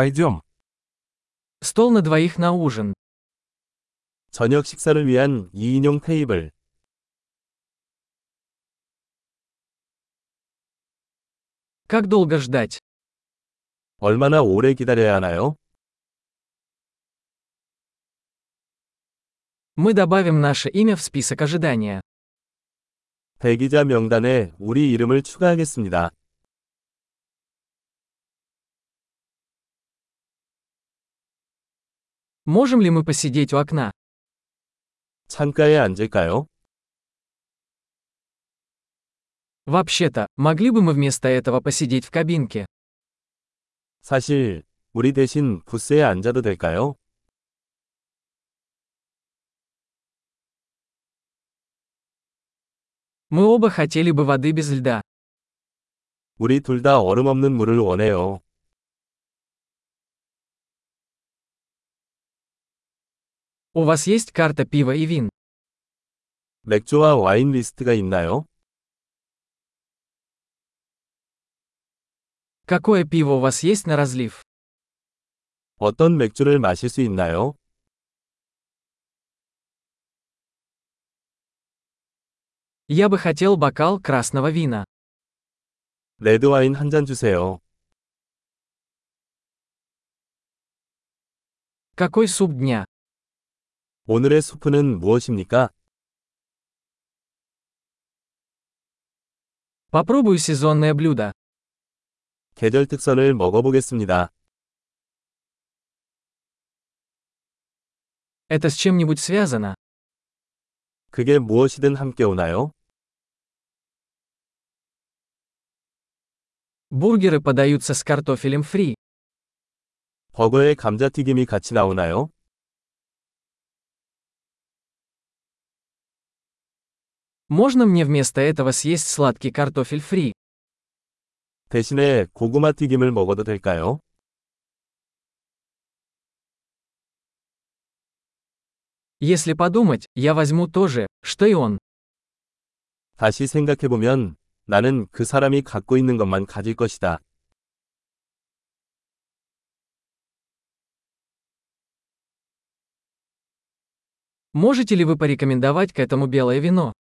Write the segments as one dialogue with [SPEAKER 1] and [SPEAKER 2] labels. [SPEAKER 1] Пойдем.
[SPEAKER 2] Стол на двоих на ужин.
[SPEAKER 3] 저녁 식사를 위한 2인용 테이블.
[SPEAKER 2] Как долго ждать?
[SPEAKER 3] 얼마나 오래 기다려야 하나요?
[SPEAKER 2] Мы добавим наше имя в список ожидания.
[SPEAKER 3] 대기자 명단에 우리 이름을 추가하겠습니다.
[SPEAKER 2] Можем ли мы посидеть у окна?
[SPEAKER 3] 창가에 앉을까요?
[SPEAKER 2] Вообще-то, могли бы мы вместо этого посидеть в кабинке?
[SPEAKER 3] 사실, 우리 대신 부스에 앉아도 될까요?
[SPEAKER 2] Мы оба хотели бы воды без льда.
[SPEAKER 3] 우리 둘 다 얼음 없는 물을 원해요.
[SPEAKER 2] У вас есть карта пива и вин?
[SPEAKER 3] 맥주와 와인 리스트가 있나요?
[SPEAKER 2] Какое пиво у вас есть на разлив?
[SPEAKER 3] 어떤 맥주를 마실 수 있나요?
[SPEAKER 2] Я бы хотел бокал красного вина.
[SPEAKER 3] 레드 와인 한 잔 주세요.
[SPEAKER 2] Какой суп дня?
[SPEAKER 3] 오늘의 수프는 무엇입니까?
[SPEAKER 2] Попробую сезонное блюдо.
[SPEAKER 3] 계절 특선을 먹어보겠습니다.
[SPEAKER 2] Это с чем-нибудь связано?
[SPEAKER 3] 그게 무엇이든 함께 오나요?
[SPEAKER 2] Бургеры подаются с картофелем фри.
[SPEAKER 3] 버거에 감자튀김이 같이 나오나요?
[SPEAKER 2] Можно мне вместо этого съесть сладкий картофель фри?
[SPEAKER 3] 대신에 고구마 튀김을 먹어도 될까요?
[SPEAKER 2] Если подумать, я возьму то же, что и он.
[SPEAKER 3] 다시 생각해보면 나는 그 사람이 갖고 있는 것만 가질 것이다.
[SPEAKER 2] Можете ли вы порекомендовать к этому белое вино?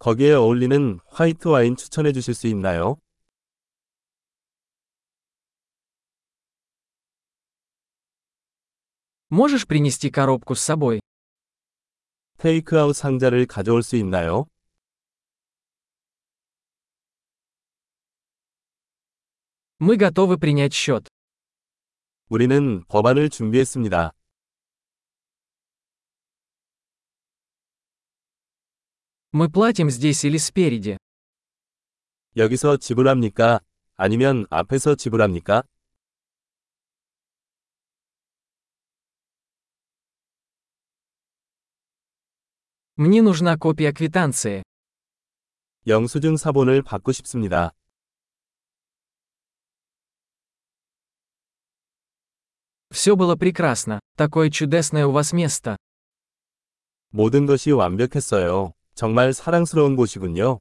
[SPEAKER 3] 거기에 어울리는 화이트 와인 추천해 주실 수 있나요?
[SPEAKER 2] Можешь принести коробку с собой?
[SPEAKER 3] 테이크아웃 상자를 가져올 수 있나요?
[SPEAKER 2] Мы готовы принять счет.
[SPEAKER 3] 우리는 법안을 준비했습니다.
[SPEAKER 2] Мы платим здесь или спереди.
[SPEAKER 3] 여기서 지불합니까? 아니면 앞에서 지불합니까?
[SPEAKER 2] Мне нужна копия квитанции.
[SPEAKER 3] 영수증 사본을 받고 싶습니다.
[SPEAKER 2] Все было прекрасно. Такое чудесное у вас место.
[SPEAKER 3] 모든 것이 완벽했어요. 정말 사랑스러운 곳이군요.